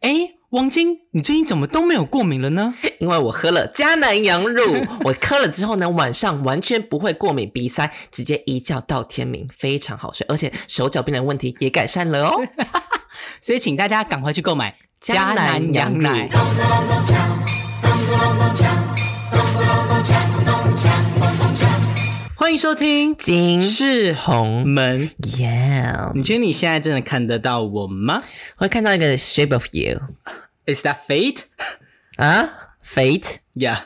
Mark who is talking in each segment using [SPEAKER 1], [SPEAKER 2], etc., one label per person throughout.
[SPEAKER 1] 哎，王晶，你最近怎么都没有过敏了呢？
[SPEAKER 2] 因为我喝了迦南羊乳， 我喝了之后呢，晚上完全不会过敏鼻塞，直接一觉到天明，非常好睡，而且手脚冰冷问题也改善了 哦。
[SPEAKER 1] 所以请大家赶快去购买
[SPEAKER 2] 迦南羊奶。
[SPEAKER 1] 欢迎收听《
[SPEAKER 2] 金
[SPEAKER 1] 是
[SPEAKER 2] 红
[SPEAKER 1] 门》。
[SPEAKER 2] Yeah，
[SPEAKER 1] 你觉得你现在真的看得到我吗
[SPEAKER 2] 会看到一个 shape of you
[SPEAKER 1] ？Is that fate?
[SPEAKER 2] 啊，fate。
[SPEAKER 1] Yeah.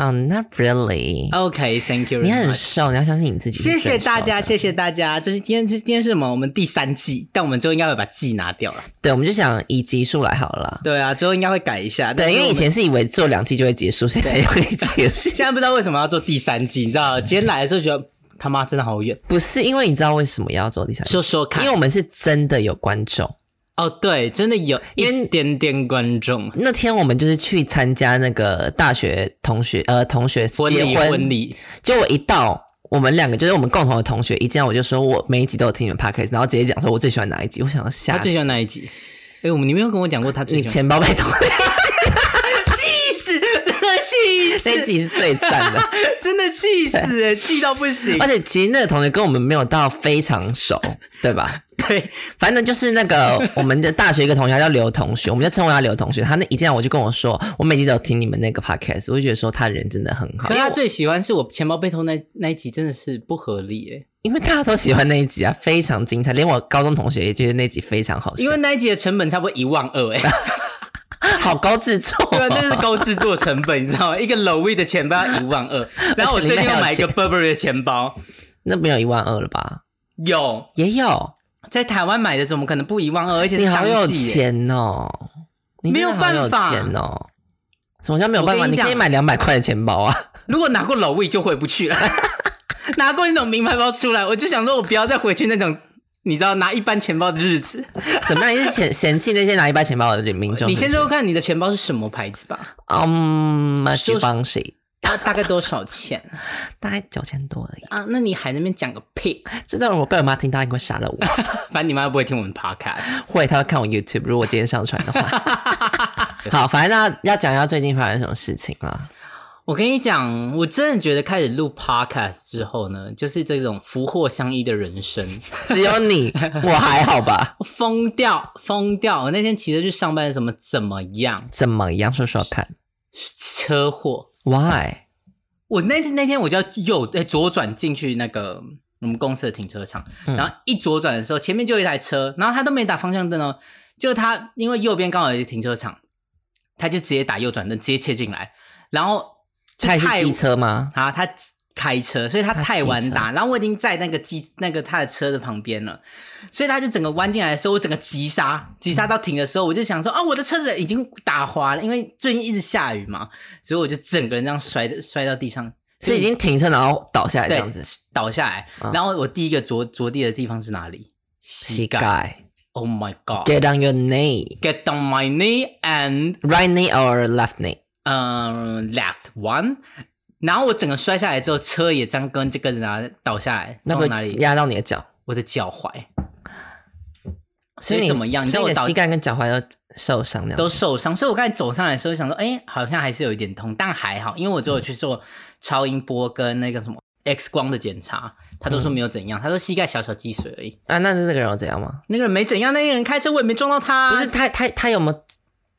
[SPEAKER 2] Oh, not really.
[SPEAKER 1] OK, thank you. very
[SPEAKER 2] 你很
[SPEAKER 1] much.
[SPEAKER 2] 瘦，你要相信你自己。
[SPEAKER 1] Oh 谢谢大家，。谢谢大家。这是今天，这今天是什么？我们第三季，但我们之后应该会把季拿掉了。
[SPEAKER 2] 对，我们就想以集数来好了啦。
[SPEAKER 1] 对啊，之后应该会改一下。但
[SPEAKER 2] 对，
[SPEAKER 1] 是
[SPEAKER 2] 因为
[SPEAKER 1] 我
[SPEAKER 2] 以
[SPEAKER 1] 们
[SPEAKER 2] 前是以为做两季就会结束，所以才会结束。
[SPEAKER 1] 现在不知道为什么要做第三季，你知道？今天来的时候觉得他妈真的好远。
[SPEAKER 2] 不是因为你知道为什么要做第三季？
[SPEAKER 1] 说说
[SPEAKER 2] 因
[SPEAKER 1] 看
[SPEAKER 2] 为，我们是真的有观众。
[SPEAKER 1] 哦，对，真的有
[SPEAKER 2] 因
[SPEAKER 1] 一
[SPEAKER 2] 为
[SPEAKER 1] 点点观众
[SPEAKER 2] 那天我们就是去参加那个大学同学呃同学
[SPEAKER 1] 婚
[SPEAKER 2] 结
[SPEAKER 1] 礼
[SPEAKER 2] 婚，
[SPEAKER 1] 婚礼，
[SPEAKER 2] 就我一到。我们两个就是我们共同的同学，一见到我就说，我每一集都有听你们 podcast，然后直接讲说我最喜欢哪一集，我想要
[SPEAKER 1] 他
[SPEAKER 2] 下
[SPEAKER 1] 最喜欢哪一集？哎，我们你没有跟我讲过他最
[SPEAKER 2] 你
[SPEAKER 1] 喜欢
[SPEAKER 2] 钱包被偷，
[SPEAKER 1] 气死，真的气
[SPEAKER 2] 那一集是最赞的。
[SPEAKER 1] 真的气死欸， 气到不行
[SPEAKER 2] 而。且其实那个同学跟我们没有到非 常熟，对吧？
[SPEAKER 1] 对，
[SPEAKER 2] 反正就是那个我们的大学一个同学他叫刘同学，我们就称为他刘同学。他那一见到我就跟我说，我每集都有听你们那个 podcast，我就觉得说他人真的很好，
[SPEAKER 1] 可
[SPEAKER 2] 因
[SPEAKER 1] 他
[SPEAKER 2] 为
[SPEAKER 1] 最喜欢是我钱包被偷那那一集，真的是不合理哎。
[SPEAKER 2] 因为大家都喜欢那一集啊，非常精彩。连我高中同学也觉得那集非常好笑，
[SPEAKER 1] 因为那一集的成本差不多一万二 哎，
[SPEAKER 2] 好高自作、
[SPEAKER 1] 对啊，那是
[SPEAKER 2] 哦。
[SPEAKER 1] 高制作成本，你知道吗？一个 Louis 的钱包要一万 二，然后我最近又买一个 Burberry 的钱包，
[SPEAKER 2] 那没有一万二了吧？
[SPEAKER 1] 有
[SPEAKER 2] 也有，
[SPEAKER 1] 在台湾买的，怎么可能不一万二？而且是
[SPEAKER 2] 你好有
[SPEAKER 1] 当季耶，
[SPEAKER 2] 钱哦！你真的好有钱
[SPEAKER 1] 没
[SPEAKER 2] 哦！什么叫没有办
[SPEAKER 1] 我
[SPEAKER 2] 法？
[SPEAKER 1] 跟你
[SPEAKER 2] 你
[SPEAKER 1] 讲
[SPEAKER 2] 可以买两百块的钱包啊！
[SPEAKER 1] 如果拿过 Louis 就回不去了， 拿过那种名牌包出来，我就想说我不要再回去那种。你知道拿一般钱包的日子，
[SPEAKER 2] 怎么样？你是嫌嫌弃那些拿一百钱包的民众？
[SPEAKER 1] 你先说说看你的钱包是什么牌子 吧？
[SPEAKER 2] 嗯，马
[SPEAKER 1] 说
[SPEAKER 2] 西帮谁？
[SPEAKER 1] 它大概多少钱
[SPEAKER 2] 大概九千多而已。
[SPEAKER 1] 啊？那你还那边讲个屁？
[SPEAKER 2] 这段如果被我妈听到，应该会杀了我。
[SPEAKER 1] 反正你妈又不会听我们 podcast。
[SPEAKER 2] 会，她会看我 YouTube。如果今天上传的话， 好，反正那要讲一下最近发生什么事情啦。
[SPEAKER 1] 我跟你讲，我真的觉得开始录 podcast 之后呢，就是这种福祸相依的人生，
[SPEAKER 2] 只有 你，我还好吧？
[SPEAKER 1] 我疯掉疯掉！我那天骑车去上班，什么怎么样？
[SPEAKER 2] 怎么样？说说看
[SPEAKER 1] 车祸！
[SPEAKER 2] ，Why？
[SPEAKER 1] 我那天那天我就要右诶左转进去那个我们公司的停车场，
[SPEAKER 2] 嗯
[SPEAKER 1] 然后一左转的时候，前面就有一台车，然后他都没打方向灯哦，就他因为右边刚好有一个停车场，他就直接打右转灯，直接切进来，然后就
[SPEAKER 2] 他也是
[SPEAKER 1] 太
[SPEAKER 2] 机车吗？
[SPEAKER 1] 好，他开车，所以他
[SPEAKER 2] 他
[SPEAKER 1] 太
[SPEAKER 2] 骑
[SPEAKER 1] 晚
[SPEAKER 2] 车
[SPEAKER 1] 打，然后我已经在那个机那个他的车的旁边了，所以他就整个弯进来的时候，我整个急刹，急刹到停的时候，我就想说，啊，我的车子已经打滑了，因为最近一直下雨嘛，所以我就整个人这样摔 摔到地上，
[SPEAKER 2] 是已经停车然后倒下来这
[SPEAKER 1] 对
[SPEAKER 2] 样子？
[SPEAKER 1] 倒下来。
[SPEAKER 2] 嗯
[SPEAKER 1] 然后我第一个着着地的地方是哪里？
[SPEAKER 2] 膝
[SPEAKER 1] 膝
[SPEAKER 2] 盖
[SPEAKER 1] Oh my god!
[SPEAKER 2] ，Get on your knee,
[SPEAKER 1] Get down my knee and
[SPEAKER 2] right knee or left knee？
[SPEAKER 1] 嗯、left one。然后我整个摔下来之后，车也这样跟这个人啊倒下来，
[SPEAKER 2] 那
[SPEAKER 1] 撞
[SPEAKER 2] 个
[SPEAKER 1] 哪里？
[SPEAKER 2] 压到你的脚，
[SPEAKER 1] 我的脚踝，所
[SPEAKER 2] 所以
[SPEAKER 1] 以
[SPEAKER 2] 你
[SPEAKER 1] 怎么样你知道
[SPEAKER 2] 所以
[SPEAKER 1] 我
[SPEAKER 2] 你的
[SPEAKER 1] 倒
[SPEAKER 2] 膝盖跟脚踝都受伤那样子
[SPEAKER 1] 都受伤，所以我刚才走上来的时候想说，哎、好像还是有一点痛，但还好，因为我只有去做超音波跟那个什么 X 光的检查，他
[SPEAKER 2] 嗯
[SPEAKER 1] 都说没有怎样，他说膝盖小小积水而已，
[SPEAKER 2] 啊，那那个人有怎样吗？
[SPEAKER 1] 那个人没怎样，那个人开车我也没撞到他啊、
[SPEAKER 2] 不是他他他有没有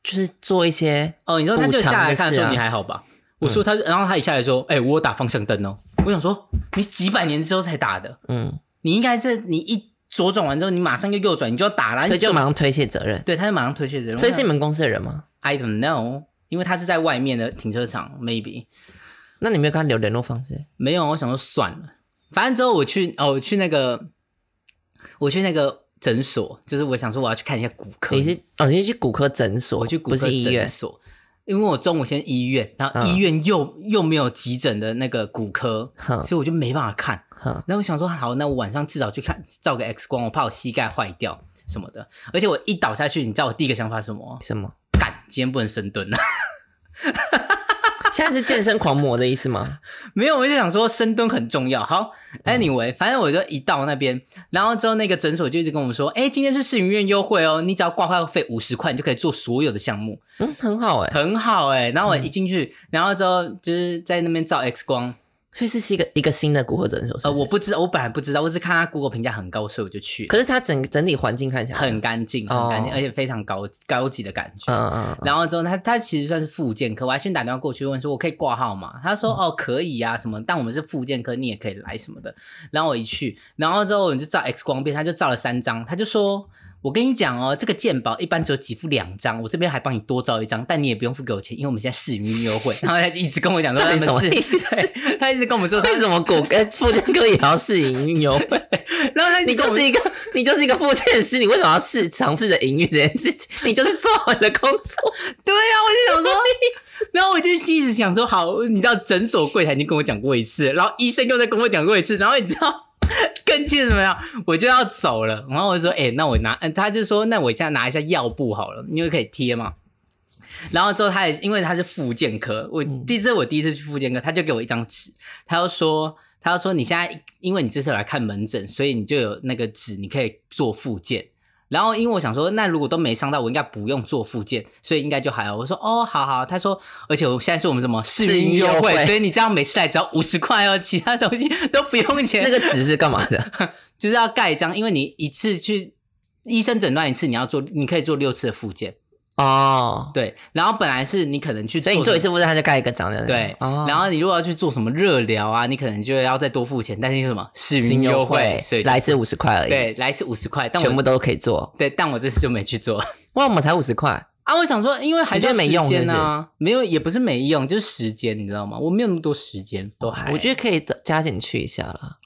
[SPEAKER 2] 就是做一些
[SPEAKER 1] 哦，你说他就
[SPEAKER 2] 补偿
[SPEAKER 1] 下来
[SPEAKER 2] 的
[SPEAKER 1] 看
[SPEAKER 2] 事
[SPEAKER 1] 说
[SPEAKER 2] 啊嗯
[SPEAKER 1] 你还好吧？我说他，然后他一下来说，哎、我有打方向灯哦，我想说你几百年之后才打的，
[SPEAKER 2] 嗯，
[SPEAKER 1] 你应该这你一左转完之后，你马上就右转，你就要打了，
[SPEAKER 2] 所以
[SPEAKER 1] 啊你怎
[SPEAKER 2] 就
[SPEAKER 1] 么
[SPEAKER 2] 马上推卸责任。
[SPEAKER 1] 对，他就马上推卸责任，
[SPEAKER 2] 所
[SPEAKER 1] 我
[SPEAKER 2] 以是
[SPEAKER 1] 想
[SPEAKER 2] 你们公司的人吗？
[SPEAKER 1] I don't know，因为他是在外面的停车场，maybe
[SPEAKER 2] 那你没有跟他留联络方式？
[SPEAKER 1] 没有。我想说算了，反正之后我去哦，我去那个，我去那个诊所，就是我想说我要去看一下骨科。
[SPEAKER 2] 你是哦，你是去骨科诊所，
[SPEAKER 1] 我去骨
[SPEAKER 2] 不
[SPEAKER 1] 科
[SPEAKER 2] 是医
[SPEAKER 1] 诊
[SPEAKER 2] 院。
[SPEAKER 1] 所，因为我中午先医院，然后
[SPEAKER 2] 嗯
[SPEAKER 1] 医院又、又没有急诊的那个骨科，
[SPEAKER 2] 哼
[SPEAKER 1] 所以我就没办法看。
[SPEAKER 2] 哼，
[SPEAKER 1] 然后我想说，好，那我晚上至少去看照个 X 光，我怕我膝盖坏掉什么的。而且我一倒下去，你知道我第一个想法是什么吗？
[SPEAKER 2] 什么？
[SPEAKER 1] 干，今天不能深蹲了。
[SPEAKER 2] 现在是健身狂魔的意思吗？
[SPEAKER 1] 没有，我就想说深蹲很重要。好，anyway，反
[SPEAKER 2] 嗯
[SPEAKER 1] 正我就一到那边，然后之后那个诊所就一直跟我们说，哎，今天是市营院优惠哦，你只要挂号费五十块，你就可以做所有的项目，
[SPEAKER 2] 嗯，很好哎、
[SPEAKER 1] 很好哎、然后我一进
[SPEAKER 2] 嗯
[SPEAKER 1] 去，然后之后就是在那边照 X 光，
[SPEAKER 2] 所以这是一个一个新的骨科诊所是
[SPEAKER 1] 呃，
[SPEAKER 2] 不是
[SPEAKER 1] 我不知道，我本来不知道，我只看他 Google 评价很高，所以我就去了，
[SPEAKER 2] 可是它整整体环境看起来
[SPEAKER 1] 很干净，很干净，
[SPEAKER 2] 哦
[SPEAKER 1] 而且非常高高级的感觉。
[SPEAKER 2] 嗯嗯嗯
[SPEAKER 1] 然后之后他他其实算是复健科，我还先打电话过去问说我可以挂号吗？他
[SPEAKER 2] 嗯
[SPEAKER 1] 说哦可以啊什么，但我们是复健科，你也可以来什么的。然后我一去，然后之后我就照 X 光片，他就照了三张，他就说。我跟你讲哦，这个健保一般只有给付两张，我这边还帮你多照一张，但你也不用付给我钱，因为我们现在试营优惠。然后他就一直跟我讲说他
[SPEAKER 2] 到
[SPEAKER 1] 们
[SPEAKER 2] 底什么
[SPEAKER 1] 是，
[SPEAKER 2] 意思
[SPEAKER 1] 对他一直跟我们说他，
[SPEAKER 2] 为什 么呃骨科附件科也要试营运？
[SPEAKER 1] 然后他一直
[SPEAKER 2] 你
[SPEAKER 1] 跟我
[SPEAKER 2] 就
[SPEAKER 1] 们
[SPEAKER 2] 是一个，你就是一个附件师，你为什么要试尝试着营运这件事情？ 你就是做好你的 工作。
[SPEAKER 1] 对啊，我就想说，然后我就一直想说，好，你知道诊所柜台已经跟我讲过一次，然后医生又再跟我讲过一次，然后你知道 更气的怎么样？我就要走了，然后我就说，哎、那我拿，嗯他就说，那我现在拿一下药布好了，因为可以贴嘛。然后之后他也因为他是复健科，我第一次我第一次去复健科，他就给我一张纸，他就说他就说你现在因为你这次有来看门诊，所以你就有那个纸，你可以做复健。然后因为我想说，那如果都没伤到，我应该不用做复健，所以应该就还好。我说哦，好好。他说，而且我现在是我们什么市
[SPEAKER 2] 营
[SPEAKER 1] 营
[SPEAKER 2] 优
[SPEAKER 1] 优惠，
[SPEAKER 2] 惠
[SPEAKER 1] 所以你这样每次来只要五十块哦，其他东西都不用钱。
[SPEAKER 2] 那个纸是干嘛的？
[SPEAKER 1] 就是要盖章，因为你一次去医生诊断一次，你要做，你可以做六次的复健。
[SPEAKER 2] 哦，
[SPEAKER 1] 对，然后本来是你可能去
[SPEAKER 2] 所
[SPEAKER 1] 做什
[SPEAKER 2] 以
[SPEAKER 1] 么，
[SPEAKER 2] 你做一次附件，他就盖一个章的。
[SPEAKER 1] 对，
[SPEAKER 2] 哦，
[SPEAKER 1] 然后你如果要去做什么热疗啊，你可能就要再多付钱，但是什么市营
[SPEAKER 2] 金
[SPEAKER 1] 优
[SPEAKER 2] 优
[SPEAKER 1] 惠
[SPEAKER 2] 惠，
[SPEAKER 1] 所以就
[SPEAKER 2] 来一次五十块而已，，
[SPEAKER 1] 对来一次五十块，但我
[SPEAKER 2] 全部都可以做。
[SPEAKER 1] 对，但我这次就没去做。
[SPEAKER 2] 哇，我们才五十块，
[SPEAKER 1] 啊，我想说，因为还
[SPEAKER 2] 你觉
[SPEAKER 1] 是
[SPEAKER 2] 得没用
[SPEAKER 1] 间
[SPEAKER 2] 是不
[SPEAKER 1] 啊，没有也不是没用，就是时间，你知道吗？我没有那么多时间，都还
[SPEAKER 2] 我觉得可以加进去一下啦，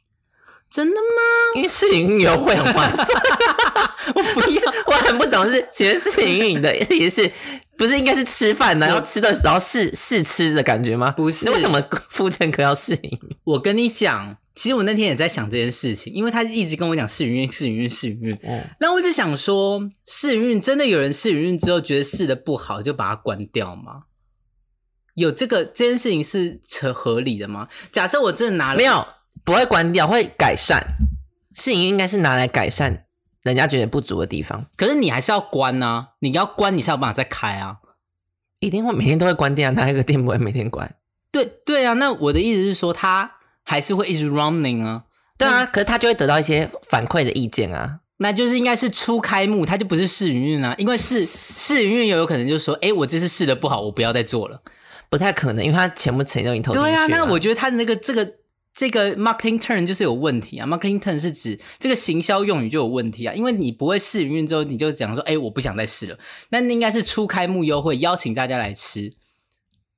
[SPEAKER 1] 真的吗？
[SPEAKER 2] 因为试营运优惠很划算。
[SPEAKER 1] 我不要，
[SPEAKER 2] 我很不懂是，其实是隐隐的也是，不是应该是吃饭然后吃的然后试试吃的感觉吗？
[SPEAKER 1] 不是
[SPEAKER 2] 那为什么妇产科要试营？
[SPEAKER 1] 我跟你讲，其实我那天也在想这件事情，因为他一直跟我讲试营运、试营运、试营运，
[SPEAKER 2] 哦，
[SPEAKER 1] 然后我就想说，试营运真的有人试营运之后觉得试的不好就把它关掉吗？有这个这件事情是扯合理的吗？假设我真的拿了
[SPEAKER 2] 没有，不会关掉，会改善。试营应该是拿来改善人家觉得不足的地方，
[SPEAKER 1] 可是你还是要关啊，你要关你是要办法再开啊。
[SPEAKER 2] 一定会每天都会关店啊，哪一个店不会每天关？
[SPEAKER 1] 对对啊，那我的意思是说，他还是会一直 running 啊。
[SPEAKER 2] 对啊，可是他就会得到一些反馈的意见啊。
[SPEAKER 1] 那就是应该是初开幕，它就不是试营运啊，因为试试营运也有可能就说，哎、我这次试的不好，我不要再做了。
[SPEAKER 2] 不太可能，因为他全部钱都已经投进去
[SPEAKER 1] 对
[SPEAKER 2] 了。
[SPEAKER 1] 啊，那我觉得它的那个这个这个 marketing turn 就是有问题啊，marketing turn 是指这个行销用语就有问题啊，因为你不会试营运之后，你就讲说，哎、我不想再试了，那应该是初开幕优惠，邀请大家来吃，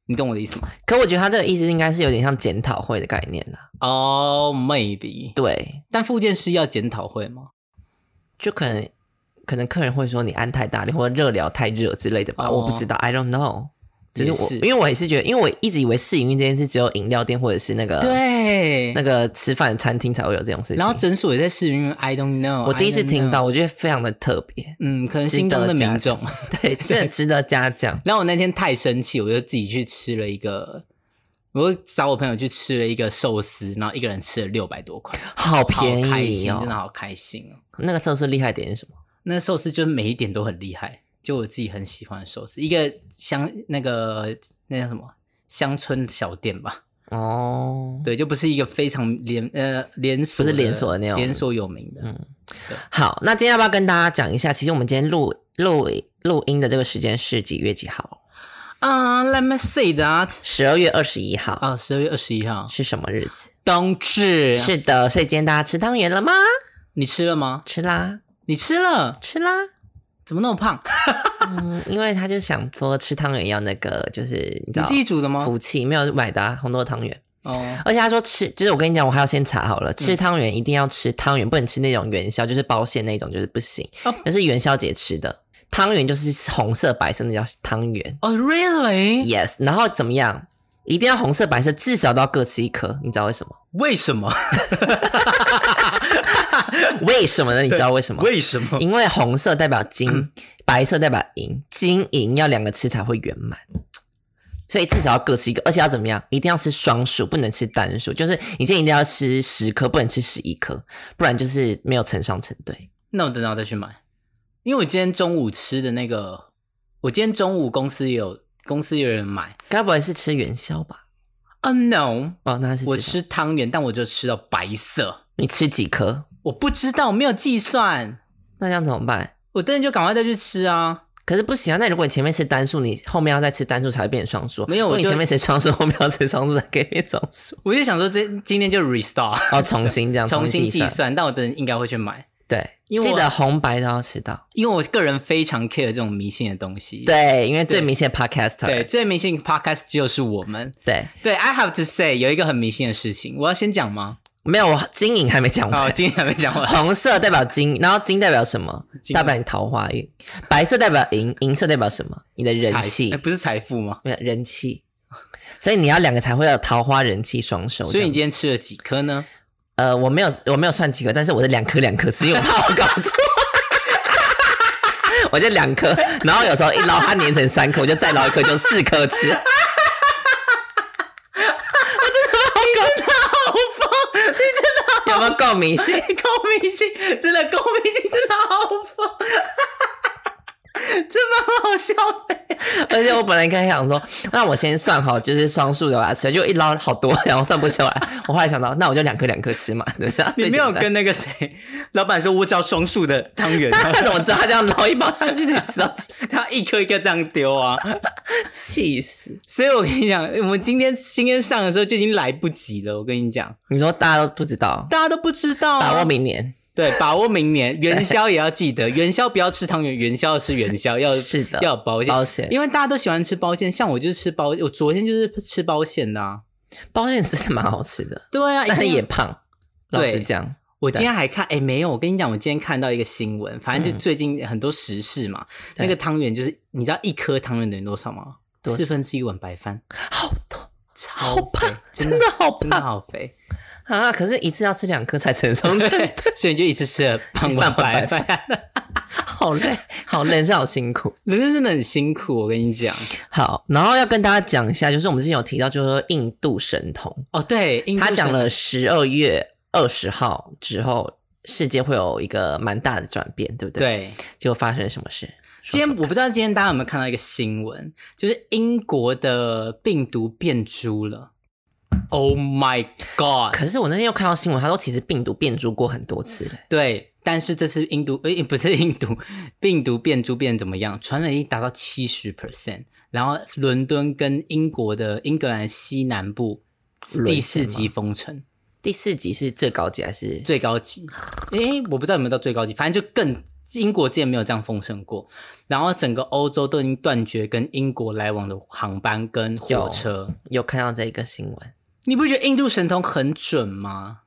[SPEAKER 1] 你懂我的意思吗？
[SPEAKER 2] 可我觉得他这个意思应该是有点像检讨会的概念啊啦。
[SPEAKER 1] 哦、m a y b e
[SPEAKER 2] 对，
[SPEAKER 1] 但附件师要检讨会吗？
[SPEAKER 2] 就可能可能客人会说你按太大力或者热疗太热之类的吧，
[SPEAKER 1] 哦
[SPEAKER 2] 我不知道，I don't know。只是
[SPEAKER 1] 也
[SPEAKER 2] 我
[SPEAKER 1] 是
[SPEAKER 2] 因为我也是觉得，因为我一直以为试营运这件事只有饮料店或者是那个
[SPEAKER 1] 对
[SPEAKER 2] 呃那个吃饭的餐厅才会有这种事情。
[SPEAKER 1] 然后诊所也在试营运，I don't know，
[SPEAKER 2] 我第一次
[SPEAKER 1] I don't
[SPEAKER 2] 听
[SPEAKER 1] know
[SPEAKER 2] 到，我觉得非常的特别，
[SPEAKER 1] 嗯，可能心中的民众。
[SPEAKER 2] 对，真的值得嘉奖。
[SPEAKER 1] 然后我那天太生气，我就自己去吃了一个，我找我朋友去吃了一个寿司，然后一个人吃了六百多块，
[SPEAKER 2] 好
[SPEAKER 1] 好
[SPEAKER 2] 便
[SPEAKER 1] 开
[SPEAKER 2] 宜
[SPEAKER 1] 心，真的
[SPEAKER 2] 哦！
[SPEAKER 1] 好开心哦。
[SPEAKER 2] 那个寿司厉害点是什么？
[SPEAKER 1] 那寿司就是每一点都很厉害，就我自己很喜欢的寿司，一个乡那个那叫什么乡村小店吧，
[SPEAKER 2] 哦，
[SPEAKER 1] 对，就不是一个非常连呃连锁的，
[SPEAKER 2] 不是连锁的那种
[SPEAKER 1] 连锁有名的，嗯，
[SPEAKER 2] 好，那今天要不要跟大家讲一下？其实我们今天录录录音的这个时间是几月几号？
[SPEAKER 1] 啊、l e t me see that，
[SPEAKER 2] 十二月二十一号
[SPEAKER 1] 啊、1十二月二十一号，
[SPEAKER 2] 是什么日子？
[SPEAKER 1] 冬至，
[SPEAKER 2] 是的，所以今天大家吃汤圆了吗？
[SPEAKER 1] 你吃了吗？
[SPEAKER 2] 吃啦，
[SPEAKER 1] 你吃了，
[SPEAKER 2] 吃啦。
[SPEAKER 1] 怎么那么胖？
[SPEAKER 2] 嗯，因为他就想说吃汤圆要那个，就是
[SPEAKER 1] 你
[SPEAKER 2] 你知道
[SPEAKER 1] 自己煮的啊吗？
[SPEAKER 2] 福气没有买的、啊、红豆汤圆。
[SPEAKER 1] 哦，
[SPEAKER 2] 而且他说吃，就是我跟你讲，我还要先查好了，
[SPEAKER 1] 嗯
[SPEAKER 2] 吃汤圆一定要吃汤圆，不能吃那种元宵，就是包馅那种，就是不行
[SPEAKER 1] 哦。
[SPEAKER 2] 那是元宵节吃的汤圆，就是红色白色那叫汤圆。
[SPEAKER 1] 哦，really？
[SPEAKER 2] Yes，然后怎么样？一定要红色白色，至少都要各吃一颗。你知道为什么？
[SPEAKER 1] 为什 么？
[SPEAKER 2] 为什么呢？你知道为什么？
[SPEAKER 1] 为什 么？
[SPEAKER 2] 因为红
[SPEAKER 1] 嗯
[SPEAKER 2] 色代表金，白色代表银，金银要两个吃才会圆满。所以至少要各吃一个，而且要怎么样？一定要吃双数，不能吃单数。就是你今天一定要吃十颗，不能吃十一颗，不然就是没有成双成对。
[SPEAKER 1] 那我等到再去买，因为我今天中午吃的那个，我今天中午公司也有公司有人买。
[SPEAKER 2] 该不会是吃元宵吧？
[SPEAKER 1] 啊 no，
[SPEAKER 2] 哦，那是
[SPEAKER 1] 我
[SPEAKER 2] 什么
[SPEAKER 1] 吃汤圆，但我就吃到白色，
[SPEAKER 2] 你吃几颗？
[SPEAKER 1] 我不知道，我没有计算，
[SPEAKER 2] 那这样怎么办？
[SPEAKER 1] 我当然就赶快再去吃啊。
[SPEAKER 2] 可是不行啊！那如果你前面吃单数，你后面要再吃单数才会变成双数。
[SPEAKER 1] 没有
[SPEAKER 2] 如果
[SPEAKER 1] 我
[SPEAKER 2] 你
[SPEAKER 1] 就
[SPEAKER 2] 前面吃双数，后面要吃双数才可以变双 数。
[SPEAKER 1] 我就想说这今天就 restart，
[SPEAKER 2] 哦，重新这样
[SPEAKER 1] 重新计
[SPEAKER 2] 算。
[SPEAKER 1] 算，但我等应该会去买，
[SPEAKER 2] 对，
[SPEAKER 1] 因为
[SPEAKER 2] 记
[SPEAKER 1] 我
[SPEAKER 2] 得红白都要吃到。
[SPEAKER 1] 因为我个人非常 care 这种迷信的东西。
[SPEAKER 2] 对，因为最
[SPEAKER 1] 对
[SPEAKER 2] 明显的 podcaster。
[SPEAKER 1] 对，最迷信 podcast 就是我们。
[SPEAKER 2] 对
[SPEAKER 1] 对，I have to say 有一个很迷信的事情，我要先讲吗？
[SPEAKER 2] 没有，我经营还没讲完。
[SPEAKER 1] 哦，今天还没讲完。
[SPEAKER 2] 红色代表金，然后金代表什么？
[SPEAKER 1] 金
[SPEAKER 2] 代表你桃花运。白色代表银，银色代表什么？你的人
[SPEAKER 1] 财
[SPEAKER 2] 气
[SPEAKER 1] 哎，，不是财富吗？
[SPEAKER 2] 没有人气。所以你要两个才会有桃花人气双收。
[SPEAKER 1] 所以你
[SPEAKER 2] 这样
[SPEAKER 1] 今天吃了几颗 呢？
[SPEAKER 2] 呃，我没有我没有算几颗，但是我是两颗两颗吃，因为我怕我搞错。我就两颗，然后有时候一捞它粘成三颗，我就再捞一颗，就四颗吃。
[SPEAKER 1] 好疯！你真
[SPEAKER 2] 有没有够迷信？
[SPEAKER 1] 的哎够迷信，真的够迷信，真的好疯！ 这蛮好笑的。
[SPEAKER 2] 而且我本来应该想说，那我先算好，就是双数的把它吃，就一捞好多，然后算不出来。我后来想到，那我就两颗两颗吃 嘛，对不对？
[SPEAKER 1] 你没有
[SPEAKER 2] 最简单
[SPEAKER 1] 跟那个谁老板说，我只要双数的汤圆，
[SPEAKER 2] 他怎么知道他这样捞一包他就得知道？
[SPEAKER 1] 他一颗一颗这样丢啊。
[SPEAKER 2] 气死！
[SPEAKER 1] 所以我跟你讲，我们今天今天上的时候就已经来不及了。我跟你讲，
[SPEAKER 2] 你说大家都不知道，
[SPEAKER 1] 大家都不知道、啊
[SPEAKER 2] 把握明年
[SPEAKER 1] 对，把握明年元宵也要记 得，元宵不要吃汤圆，元宵要吃元宵，要
[SPEAKER 2] 是的
[SPEAKER 1] 要有包馅，
[SPEAKER 2] 保险，
[SPEAKER 1] 因为大家都喜欢吃包馅，像我就是吃包，我昨天就是吃包馅的啊。
[SPEAKER 2] 保险是蛮好吃的，
[SPEAKER 1] 对啊，
[SPEAKER 2] 但是
[SPEAKER 1] 一定
[SPEAKER 2] 也
[SPEAKER 1] 要
[SPEAKER 2] 胖。
[SPEAKER 1] 对
[SPEAKER 2] 老实讲，
[SPEAKER 1] 我今天还看，哎、没有，我跟你讲，我今天看到一个新闻，反正就最近很多时事嘛，
[SPEAKER 2] 嗯对
[SPEAKER 1] 那个汤圆就是，你知道一颗汤圆等于多少吗？
[SPEAKER 2] 多少
[SPEAKER 1] 四分之一碗白饭，
[SPEAKER 2] 好多
[SPEAKER 1] 超
[SPEAKER 2] 好胖
[SPEAKER 1] 肥，
[SPEAKER 2] 嗯真
[SPEAKER 1] 真
[SPEAKER 2] 的
[SPEAKER 1] 的
[SPEAKER 2] 好
[SPEAKER 1] 真的
[SPEAKER 2] 胖
[SPEAKER 1] 好肥。
[SPEAKER 2] 啊！可是一次要吃两颗才成 双，
[SPEAKER 1] 对，所以你就一直吃了半碗白
[SPEAKER 2] 半
[SPEAKER 1] 饭，
[SPEAKER 2] 好累，好累，是好辛苦。
[SPEAKER 1] 人生真的很辛苦，我跟你讲。
[SPEAKER 2] 好，然后要跟大家讲一下，就是我们之前有提到，就是说印度神童，
[SPEAKER 1] 哦，对，印度
[SPEAKER 2] 他讲
[SPEAKER 1] 神
[SPEAKER 2] 了十二月二十号之后，世界会有一个蛮大的转变，对不对？对，
[SPEAKER 1] 对。
[SPEAKER 2] 就发生了什么事？
[SPEAKER 1] 今天我不知道今天大家有没有看到一个新闻，就是英国的病毒变株了。Oh my god！
[SPEAKER 2] 可是我那天又看到新闻，他说其实病毒变株过很多次了。
[SPEAKER 1] 对，但是这次印度诶、不是印度 病毒变株变怎么样？传染力达到七十 percent，然后伦敦跟英国的英格兰西南部
[SPEAKER 2] 沦陷
[SPEAKER 1] 第四
[SPEAKER 2] 吗
[SPEAKER 1] 级封城。
[SPEAKER 2] 第四集是最高级还是？
[SPEAKER 1] 最高级，诶，我不知道有没有到最高级，反正就更英国之前没有这样封城过，然后整个欧洲都已经断绝跟英国来往的航班跟火车，
[SPEAKER 2] 有看到这一个新闻，
[SPEAKER 1] 你不觉得印度神童很准吗？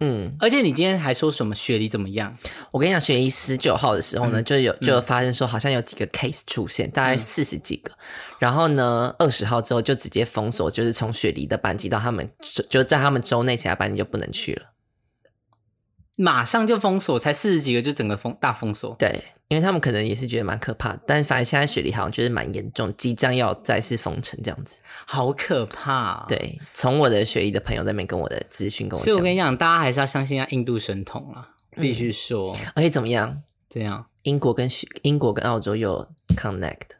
[SPEAKER 2] 嗯，
[SPEAKER 1] 而且你今天还说什么雪梨怎么样？
[SPEAKER 2] 我跟你讲，雪梨十九号的时
[SPEAKER 1] 嗯
[SPEAKER 2] 候呢，就有就有发现说好像有几个 case 出现，大概四十几个，然后呢，二十号之后就直接封锁，就是从雪梨的班机到他们就在他们州内其他班机就不能去
[SPEAKER 1] 嗯
[SPEAKER 2] 了，
[SPEAKER 1] 马上就封锁，才四十几个就整个封大封锁。
[SPEAKER 2] 对，因为他们可能也是觉得蛮可怕的，但反正现在雪梨好像就是蛮严重，即将要再次封城这样子，
[SPEAKER 1] 好可怕、啊
[SPEAKER 2] 对，从我的雪梨的朋友那边跟我的资讯跟我
[SPEAKER 1] 所以我
[SPEAKER 2] 讲
[SPEAKER 1] 跟，你讲，大家还是要相信一下印度神童啦，
[SPEAKER 2] 嗯
[SPEAKER 1] 必须说、
[SPEAKER 2] 而且怎么样？
[SPEAKER 1] 这样。
[SPEAKER 2] 英国跟雪英国跟澳洲有 connect，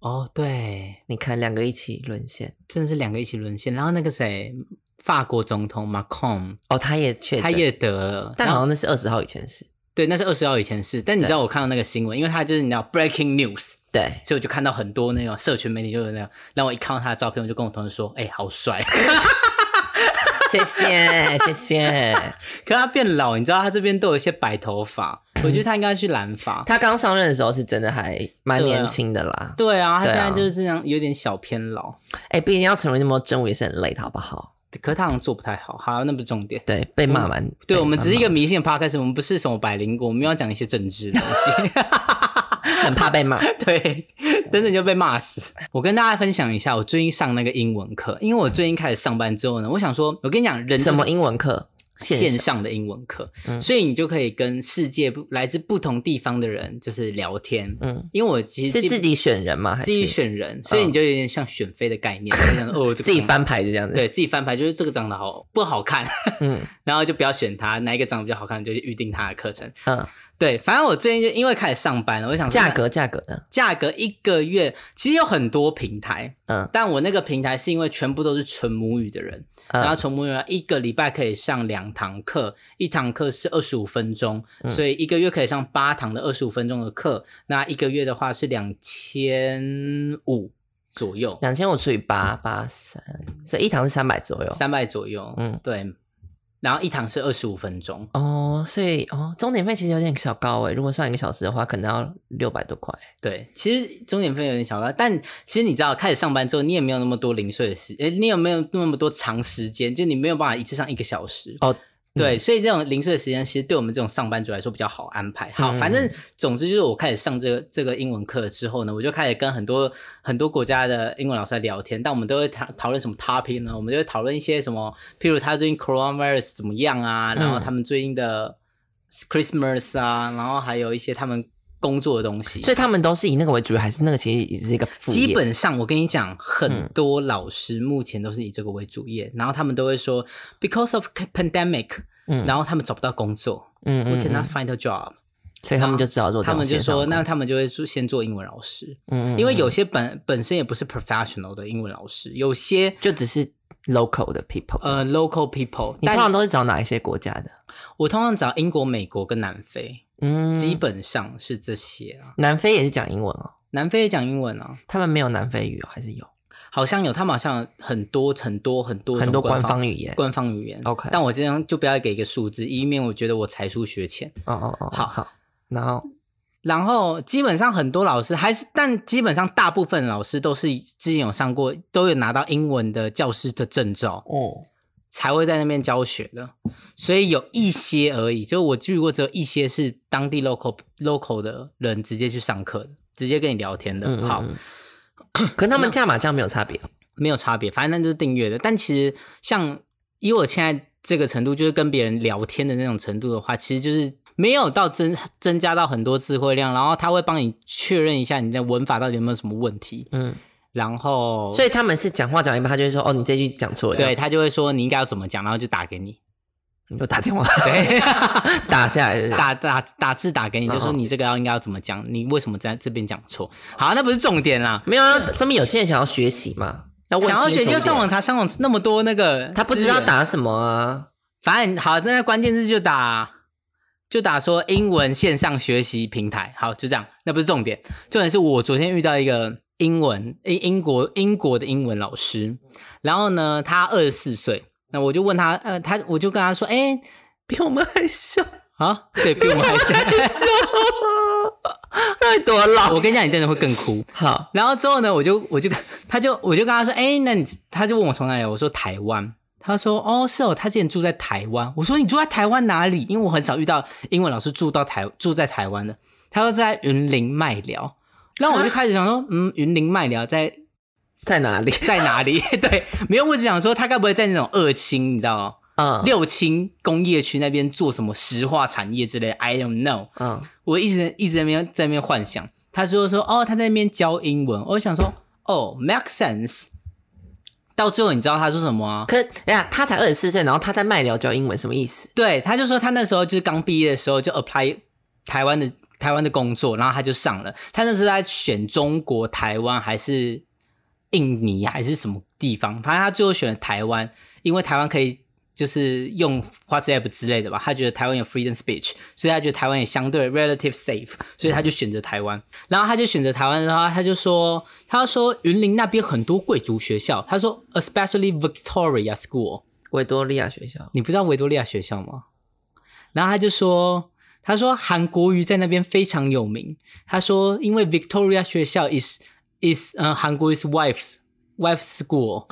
[SPEAKER 1] 哦，对，
[SPEAKER 2] 你看两个一起沦陷
[SPEAKER 1] 真的是两个一起沦陷。然后那个谁，法国总统 Macron。
[SPEAKER 2] 哦，他也确诊，
[SPEAKER 1] 他也得了，
[SPEAKER 2] 但
[SPEAKER 1] 然
[SPEAKER 2] 好
[SPEAKER 1] 后
[SPEAKER 2] 像那是二十号以前是，
[SPEAKER 1] 对，那是二十号以前是。但你知道我看到那个新闻，因为他就是你知道 breaking news，
[SPEAKER 2] 对，
[SPEAKER 1] 所以我就看到很多那种社群媒体就是那样，让我一看到他的照片，我就跟我同事说：“哎、好帅！”
[SPEAKER 2] 谢 谢谢谢。
[SPEAKER 1] 可他变老，你知道他这边都有一些白头发，
[SPEAKER 2] 嗯
[SPEAKER 1] 我觉得他应该去染发。
[SPEAKER 2] 他刚上任的时候是真的还蛮
[SPEAKER 1] 啊
[SPEAKER 2] 年轻的啦，
[SPEAKER 1] 对啊，他
[SPEAKER 2] 对啊
[SPEAKER 1] 现在就是这样，有点小偏老。
[SPEAKER 2] 哎、毕竟要成为那么正务也是很累的，好不好？
[SPEAKER 1] 可是他好像做不太好，好，那不是重点。
[SPEAKER 2] 对，被骂完，
[SPEAKER 1] 嗯对，
[SPEAKER 2] 被
[SPEAKER 1] 我们只是一
[SPEAKER 2] 骂
[SPEAKER 1] 个迷信的 podcast，我们不是什么百灵果，我们要讲一些政治的 东西。
[SPEAKER 2] 蛮很怕 被骂。
[SPEAKER 1] 对，等等就被骂死。我跟大家分享一下，我最近上那个英文课，因为我最近开始上班之后呢，我想说，我跟你讲，人就是
[SPEAKER 2] 什么英文课？线
[SPEAKER 1] 线
[SPEAKER 2] 上
[SPEAKER 1] 上的英文课，
[SPEAKER 2] 嗯
[SPEAKER 1] 所以你就可以跟世界不来自不同地方的人就是聊天。
[SPEAKER 2] 嗯，
[SPEAKER 1] 因为我其实
[SPEAKER 2] 是
[SPEAKER 1] 基
[SPEAKER 2] 自己选人吗？还
[SPEAKER 1] 自己
[SPEAKER 2] 是嗯
[SPEAKER 1] 选人，所以你就有点像选妃的概念，就想说哦，这个
[SPEAKER 2] 自己
[SPEAKER 1] 长
[SPEAKER 2] 翻牌子这样子？
[SPEAKER 1] 对自己翻牌，就是这个长得好不好看，
[SPEAKER 2] 嗯
[SPEAKER 1] 然后就不要选他，哪一个长得比较好看，就去预定他的课程。
[SPEAKER 2] 嗯，
[SPEAKER 1] 对，反正我最近就因为开始上班了，我就想说
[SPEAKER 2] 价格价格呢？
[SPEAKER 1] 价格一个月其实有很多平台，
[SPEAKER 2] 嗯
[SPEAKER 1] 但我那个平台是因为全部都是纯母语的人，然后
[SPEAKER 2] 嗯
[SPEAKER 1] 纯母语人一个礼拜可以上两堂课，一堂课是二十五分钟，所以一个月可以上八堂的二十五分钟的课，那一个月的话是两千五左右，
[SPEAKER 2] 两千五除以八八三，所以一堂是三百左右。
[SPEAKER 1] 三百左右，
[SPEAKER 2] 嗯
[SPEAKER 1] 嗯，对，然后一堂是二十五分钟，
[SPEAKER 2] 哦，所以哦，钟点费其实有点小高欸诶，如果上一个小时的话，可能要六百多块。
[SPEAKER 1] 对，其实钟点费有点小高，但其实你知道，开始上班之后，你也没有那么多零碎的时，诶，你有没有那么多长时间？就你没有办法一次上一个小时。
[SPEAKER 2] 哦，
[SPEAKER 1] 对，所以这种零碎的时间，其实对我们这种上班族来说比较好安排。好，
[SPEAKER 2] 嗯
[SPEAKER 1] 反正总之就是我开始上这个这个英文课之后呢，我就开始跟很多很多国家的英文老师来聊天，但我们都会讨讨论什么 topic 呢？我们就会讨论一些什么，譬如他最近 coronavirus 怎么样啊，然后
[SPEAKER 2] 嗯
[SPEAKER 1] 他们最近的 Christmas 啊，然后还有一些他们工作的东西。
[SPEAKER 2] 所以他们都是以那个为主，还是那个其实也是一个副业？
[SPEAKER 1] 基本上，我跟你讲，
[SPEAKER 2] 嗯
[SPEAKER 1] 很多老师目前都是以这个为主业，然后他们都会说，because of pandemic，、
[SPEAKER 2] 嗯
[SPEAKER 1] 然后他们找不到工作、
[SPEAKER 2] 嗯
[SPEAKER 1] w e
[SPEAKER 2] 嗯
[SPEAKER 1] cannot
[SPEAKER 2] 嗯，
[SPEAKER 1] find a job，
[SPEAKER 2] 所以他们就只好做
[SPEAKER 1] 嗯
[SPEAKER 2] 这
[SPEAKER 1] 他
[SPEAKER 2] 种
[SPEAKER 1] 们就
[SPEAKER 2] 线上
[SPEAKER 1] 说，
[SPEAKER 2] 的
[SPEAKER 1] 那
[SPEAKER 2] 工
[SPEAKER 1] 他们就会做先做英文老师，
[SPEAKER 2] 嗯嗯
[SPEAKER 1] 因为
[SPEAKER 2] 嗯
[SPEAKER 1] 有些本本身也不是 professional 的英文老师，有些
[SPEAKER 2] 就只是 local 的 people。
[SPEAKER 1] 呃 local people，
[SPEAKER 2] 你通常
[SPEAKER 1] 但
[SPEAKER 2] 都是找哪一些国家的？
[SPEAKER 1] 我通常找英国、美国跟南非，
[SPEAKER 2] 嗯，
[SPEAKER 1] 基本上是这些啊，
[SPEAKER 2] 南非也是讲英文哦，
[SPEAKER 1] 南非也讲英文啊，
[SPEAKER 2] 他们没有南非语哦，还是有
[SPEAKER 1] 好像有他们好像有很多很多很多种
[SPEAKER 2] 很多
[SPEAKER 1] 官
[SPEAKER 2] 官
[SPEAKER 1] 方
[SPEAKER 2] 方语言。哦
[SPEAKER 1] 官方语言。
[SPEAKER 2] OK
[SPEAKER 1] 但我这样就不要给一个数字，以免我觉得我才疏学浅。
[SPEAKER 2] 哦哦，
[SPEAKER 1] 好
[SPEAKER 2] 好。然后
[SPEAKER 1] 然后基本上很多老师还是，但基本上大部分老师都是之前有上过，都有拿到英文的教师的证照，
[SPEAKER 2] 哦，
[SPEAKER 1] 才会在那边教学的。所以有一些而已，就我遇过只有一些是当地 local local 的人直接去上课的，直接跟你聊天的。
[SPEAKER 2] 嗯嗯
[SPEAKER 1] 好，
[SPEAKER 2] 嗯可他们价码这样没有差别哦。
[SPEAKER 1] 没有差别，反正那就是订阅的。但其实像以我现在这个程度，就是跟别人聊天的那种程度的话，其实就是没有到增增加到很多智慧量，然后他会帮你确认一下你的文法到底有没有什么问题，
[SPEAKER 2] 嗯，
[SPEAKER 1] 然后
[SPEAKER 2] 所以他们是讲话讲一半，他就会说：“哦，你这句讲错了。”
[SPEAKER 1] 对，他就会说你应该要怎么讲，然后就打给你，
[SPEAKER 2] 你给我打电话，对， 打下来就是。
[SPEAKER 1] 打打打字打给你，就说
[SPEAKER 2] 嗯
[SPEAKER 1] 你这个要应该要怎么讲，你为什么在这边讲错？好，那不是重点啦。
[SPEAKER 2] 没有啊，说明有些人想要学习嘛，要问
[SPEAKER 1] 想要
[SPEAKER 2] 清楚
[SPEAKER 1] 学
[SPEAKER 2] 一点
[SPEAKER 1] 就上网，查，上网那么多那个，
[SPEAKER 2] 他不知道，打什么啊。
[SPEAKER 1] 反正好，那关键字就打就打说英文线上学习平台，好，就这样，那不是重点，重点是我昨天遇到一个英文英英国英国的英文老师，然后呢，他二十四岁，那我就问他，呃，他我就跟他说，哎、
[SPEAKER 2] 比我们还小，
[SPEAKER 1] 啊，对比我们还小，
[SPEAKER 2] 那有多老？
[SPEAKER 1] 我跟你讲，你真的会更哭。
[SPEAKER 2] 好，
[SPEAKER 1] 然后之后呢，我就我就 他就我就跟他说，哎、那你他就问我从哪里来，我说台湾。他说：“哦，是哦，他之前住在台湾。”我说：“你住在台湾哪里？”因为我很少遇到英文老师住到台住在台湾的。他说在云林麦寮，然后我就开始想说：“嗯，云林麦寮在
[SPEAKER 2] 在哪里？
[SPEAKER 1] 在哪里？” 对，没有，我只想说他该不会在那种二清，你知道
[SPEAKER 2] 嗯
[SPEAKER 1] 六清工业区那边做什么石化产业之类的？I don't know。
[SPEAKER 2] 嗯，
[SPEAKER 1] 我一直一直在那边在那边幻想，他就说哦，他在那边教英文，我想说哦，make sense。到最后你知道他说什么啊？
[SPEAKER 2] 可哎呀，他才二十四岁，然后他在麦聊教英文，什么意思？
[SPEAKER 1] 对，他就说他那时候就是刚毕业的时候就 apply 台湾的台湾的工作，然后他就上了。他那时候在选中国台湾还是印尼还是什么地方，反正他最后选了台湾，因为台湾可以就是用 WhatsApp 之类的吧，他觉得台湾有 freedom speech，所以他觉得台湾也相对 relative safe，所以他就选择台湾。然后他就选择台湾的话，他就说他说云林那边很多贵族学校，他说 especially Victoria School。
[SPEAKER 2] 维多利亚学校，
[SPEAKER 1] 你不知道维多利亚学校吗？然后他就说，他说韩国瑜在那边非常有名。他说，因为 Victoria 学校 is is 呃韩国瑜 s wives wife school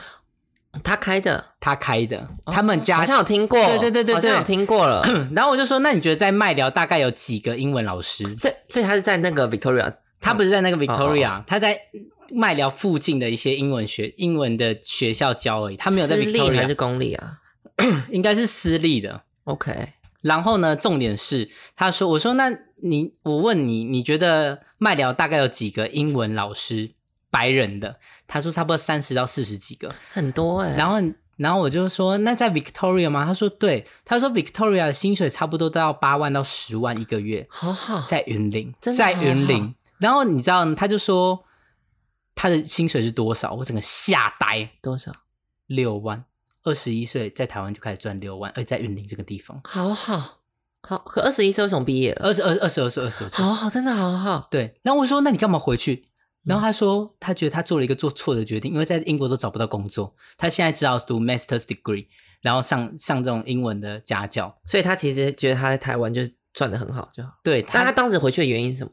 [SPEAKER 2] 他开的，
[SPEAKER 1] 他开的，他们家
[SPEAKER 2] 哦好像有听过，
[SPEAKER 1] 对对对对
[SPEAKER 2] 好像
[SPEAKER 1] 对
[SPEAKER 2] 有听过了。
[SPEAKER 1] 然后我就说，那你觉得在麦寮大概有几个英文老师？
[SPEAKER 2] 所以所以他是在那个 Victoria，
[SPEAKER 1] 他不是在那个
[SPEAKER 2] 哦
[SPEAKER 1] Victoria，、他在麦寮附近的一些英文学英文的学校教而已，他没有在
[SPEAKER 2] 私立还
[SPEAKER 1] Victoria，
[SPEAKER 2] 是公立啊？
[SPEAKER 1] 应该是私立的。
[SPEAKER 2] OK，
[SPEAKER 1] 然后呢，重点是他说，我说那你我问你，你觉得麦寮大概有几个英文老师白人的？他说差不多三十到四十几个。
[SPEAKER 2] 很多哎、
[SPEAKER 1] 然后然后我就说那在 Victoria 吗？他说对，他说 Victoria 的薪水差不多都要八万到十万一个月，
[SPEAKER 2] 好好，
[SPEAKER 1] 在云林，
[SPEAKER 2] 哦真的啊
[SPEAKER 1] 在
[SPEAKER 2] 好
[SPEAKER 1] 云
[SPEAKER 2] 好
[SPEAKER 1] 林。然后你知道，他就说他的薪水是多少？我整个吓呆，
[SPEAKER 2] 多少？
[SPEAKER 1] 六万。二十一岁在台湾就开始赚六万，而且在云林这个地方，
[SPEAKER 2] 好好好，可二十一岁为什么毕业了？
[SPEAKER 1] 二十二、二十二岁、二十二岁，
[SPEAKER 2] 好好，真的好好，
[SPEAKER 1] 对，然后我说：“那你干嘛回去？”然
[SPEAKER 2] 嗯
[SPEAKER 1] 后他说：“他觉得他做了一个做错的决定，因为在英国都找不到工作。他现在只好读 master's degree，然后上上这种英文的家教。
[SPEAKER 2] 所以他其实觉得他在台湾就是赚的很好就好。
[SPEAKER 1] 对
[SPEAKER 2] 那
[SPEAKER 1] 他，
[SPEAKER 2] 他当时回去的原因是什么？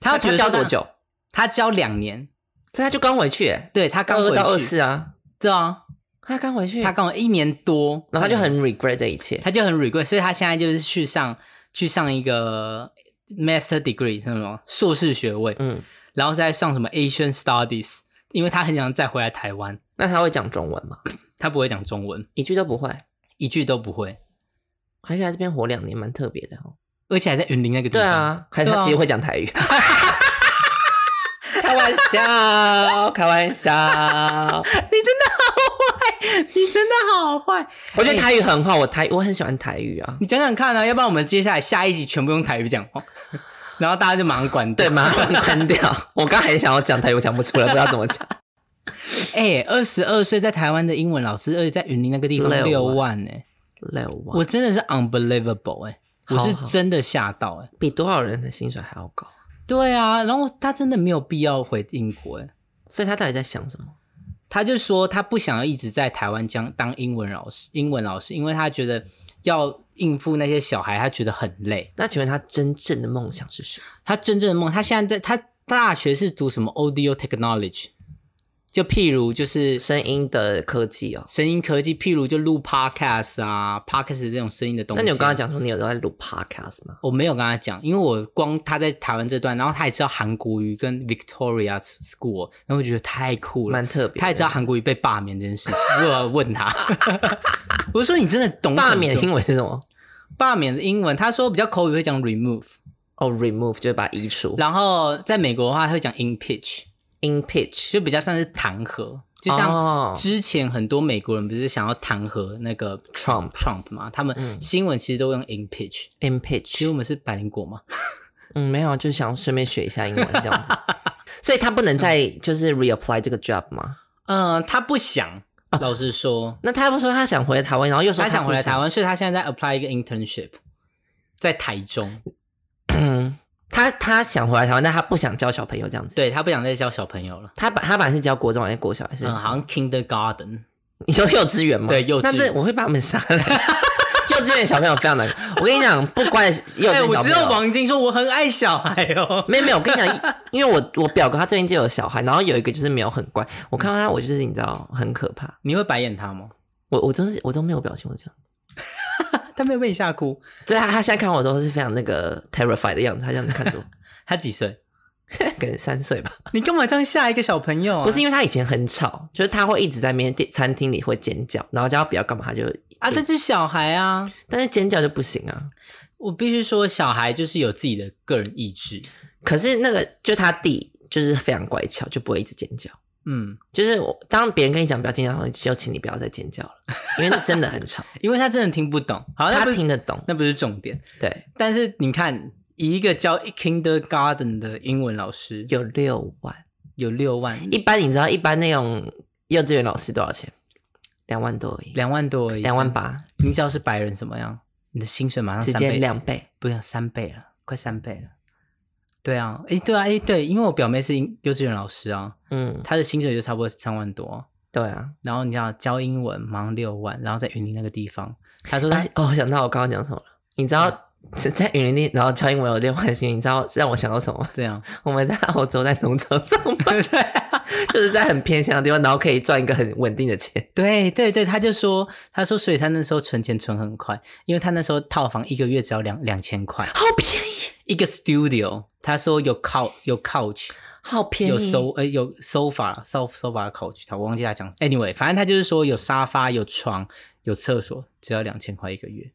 [SPEAKER 1] 他觉
[SPEAKER 2] 他
[SPEAKER 1] 得
[SPEAKER 2] 教
[SPEAKER 1] 说
[SPEAKER 2] 多
[SPEAKER 1] 他？
[SPEAKER 2] 久？
[SPEAKER 1] 他教两年，
[SPEAKER 2] 对，他就刚回去、欸，
[SPEAKER 1] 对他
[SPEAKER 2] 刚
[SPEAKER 1] 刚
[SPEAKER 2] 二
[SPEAKER 1] 回
[SPEAKER 2] 到二
[SPEAKER 1] 去
[SPEAKER 2] 四啊，
[SPEAKER 1] 对啊，
[SPEAKER 2] 他刚回去，嗯
[SPEAKER 1] 他刚好一年多，
[SPEAKER 2] 然后他就很 regret 这一切。
[SPEAKER 1] 他就很 regret，所以他现在就是去上去上一个 master degree 什么硕士学位，
[SPEAKER 2] 嗯，
[SPEAKER 1] 然后再上什么 Asian Studies，因为他很想再回来台湾，
[SPEAKER 2] 那他会讲中文吗？
[SPEAKER 1] 他不会讲中文，
[SPEAKER 2] 一句都不会，
[SPEAKER 1] 一句都不会。”
[SPEAKER 2] 还可以在这边活两年，蛮特别的哦。
[SPEAKER 1] 而且还在云林那个地
[SPEAKER 2] 对
[SPEAKER 1] 方。，
[SPEAKER 2] 啊，还有
[SPEAKER 1] 对
[SPEAKER 2] 他
[SPEAKER 1] 啊
[SPEAKER 2] 其实会讲台语。 开玩笑，开玩笑，
[SPEAKER 1] 你真的好坏。
[SPEAKER 2] 我觉得台语很好，我台我很喜欢台语啊。
[SPEAKER 1] 你讲讲看啊，要不然我们接下来下一集全部用台语讲话， 然后大家就马上关掉
[SPEAKER 2] 对，。麻烦关掉。我刚才想要讲台语，我讲不出来，不知道怎么讲。
[SPEAKER 1] 哎，二十二岁在台湾的英文老师，而且在云林那个地方
[SPEAKER 2] 六万
[SPEAKER 1] 六万哎、
[SPEAKER 2] 六万，
[SPEAKER 1] 我真的是 unbelievable 哎、
[SPEAKER 2] 好
[SPEAKER 1] 我
[SPEAKER 2] 好
[SPEAKER 1] 是真的吓到哎、
[SPEAKER 2] 比多少人的薪水还要高？
[SPEAKER 1] 对啊，然后他真的没有必要回英国哎、
[SPEAKER 2] 所以他到底在想什么？
[SPEAKER 1] 他就说他不想要一直在台湾将当英文老师，英文老师，因为他觉得要应付那些小孩，他觉得很累。
[SPEAKER 2] 那请问他真正的梦想是什么？
[SPEAKER 1] 他真正的梦，他现在在他大学是读什么 audio technology，就譬如就是
[SPEAKER 2] 声音的科技哦。
[SPEAKER 1] 声音科技，譬如就录 podcast 啊，podcast 这种声音的东西。
[SPEAKER 2] 那你有跟他？讲说你有在录 podcast 吗？
[SPEAKER 1] 我没有跟他讲，因为我光他在台湾这段，然后他也知道韩国语跟 Victoria School，然后我觉得太酷 了。
[SPEAKER 2] 蛮特别的。
[SPEAKER 1] 他也知道韩国语被罢免这件事情，我有问他， 我说你真的懂很多
[SPEAKER 2] 罢免的英文是什么？
[SPEAKER 1] 罢免的英文，他说比较口语会讲 remove，
[SPEAKER 2] 哦、r e m o v e 就是把它移除。
[SPEAKER 1] 然后在美国的话他会讲 impeach，
[SPEAKER 2] In pitch
[SPEAKER 1] 就比较像是弹劾，就像
[SPEAKER 2] 哦
[SPEAKER 1] 之前很多美国人不是想要弹劾那个
[SPEAKER 2] Trump 嗯
[SPEAKER 1] Trump 嘛，他们新闻其实都用 impeach，
[SPEAKER 2] in
[SPEAKER 1] 其实
[SPEAKER 2] pitch，
[SPEAKER 1] 我们是百灵果嘛，
[SPEAKER 2] 嗯，没有啊，就是想顺便学一下英文这样子。 所以他不能再就是 reapply 这个 job 吗？
[SPEAKER 1] 嗯，他不 想，老实说，
[SPEAKER 2] 那他不说他想回台湾，然后又说
[SPEAKER 1] 他想回来台
[SPEAKER 2] 湾。
[SPEAKER 1] 湾，所以他现在在 apply 一个 internship，在台中，
[SPEAKER 2] 嗯， 他他想回来台湾，但他不想教小朋友这样子。
[SPEAKER 1] 对他不想再教小朋友了，
[SPEAKER 2] 他本他本来是教国中还是国小还是？
[SPEAKER 1] 嗯，好像 kindergarten，
[SPEAKER 2] 你说幼稚园吗？
[SPEAKER 1] 对幼稚园
[SPEAKER 2] 那这我会把他们杀了。 幼稚园小朋友非常难，我跟你讲，不乖的幼稚
[SPEAKER 1] 哎，
[SPEAKER 2] 园
[SPEAKER 1] 我
[SPEAKER 2] 小
[SPEAKER 1] 知
[SPEAKER 2] 朋
[SPEAKER 1] 道
[SPEAKER 2] 友。
[SPEAKER 1] 王晶说我很爱小孩哦，
[SPEAKER 2] 没有没有，我跟你讲，因为我我表哥他最近就有小孩，然后有一个就是没有很乖，我看到他我就是你知道很可怕，
[SPEAKER 1] 你会白眼他吗？
[SPEAKER 2] 我我都是我都没有表情，我这样，
[SPEAKER 1] 他没有被你吓哭，
[SPEAKER 2] 对啊他他现在看我都是非常那个 terrified 的样子，他这样子看着我，
[SPEAKER 1] 他几岁？
[SPEAKER 2] 现在可能 三岁吧，
[SPEAKER 1] 你干嘛这样吓一个小朋友啊？
[SPEAKER 2] 不是因为他以前很吵，就是他会一直在面店餐厅里会尖叫，然后叫他不要干嘛他就
[SPEAKER 1] 啊，这是小孩啊。
[SPEAKER 2] 但是尖叫就不行啊。
[SPEAKER 1] 我必须说，小孩就是有自己的个人意志。
[SPEAKER 2] 可是那个就他弟就是非常乖巧，就不会一直尖叫。
[SPEAKER 1] 嗯，就是
[SPEAKER 2] 就是我当别人跟你讲不要尖叫的时候，就请你不要再尖叫了，因为那真的很 吵。
[SPEAKER 1] 因为他真的听不懂，好，那
[SPEAKER 2] 他
[SPEAKER 1] 不是
[SPEAKER 2] 听得懂，
[SPEAKER 1] 那不是重点。
[SPEAKER 2] 对，
[SPEAKER 1] 但是你看，以一个教 kindergarten 的英文老师，有
[SPEAKER 2] 有六万。
[SPEAKER 1] 有六万，
[SPEAKER 2] 一般你知道一般那种幼稚园老师多少钱？两万多而已，
[SPEAKER 1] 两万多而已，
[SPEAKER 2] 两万。八，
[SPEAKER 1] 你只要是白人怎么样，你的薪水马上
[SPEAKER 2] 直
[SPEAKER 1] 三
[SPEAKER 2] 接
[SPEAKER 1] 倍，
[SPEAKER 2] 两倍。
[SPEAKER 1] 不要三倍了，快三倍了。对啊，诶，对啊，诶，对，因为我表妹是英幼稚园老师啊，
[SPEAKER 2] 嗯，
[SPEAKER 1] 她的薪水就差不多三万多，
[SPEAKER 2] 对啊。
[SPEAKER 1] 然后你要教英文，马上六万，然后在云林那个地方，她说
[SPEAKER 2] 而
[SPEAKER 1] 她
[SPEAKER 2] 且哦，我想到我刚刚讲什么了？你知道在云林地，然后教英文有六万薪，你知道让我想到什么吗？
[SPEAKER 1] 这样，
[SPEAKER 2] 我们在澳洲在农场上 班，就是在很偏乡的地方，然后可以赚一个很稳定的钱。
[SPEAKER 1] 对对对，他就说，他说，所以他那时候存钱存很快，因为他那时候套房一个月只要两两千块，
[SPEAKER 2] 好便宜，
[SPEAKER 1] 一个 studio，他说有 cou 有 couch，
[SPEAKER 2] 好便宜，
[SPEAKER 1] 有 so 呃有 sofa so sofa couch，他我忘记他讲，anyway，反正他就是说有沙发有床有厕所，只要两千块一个月，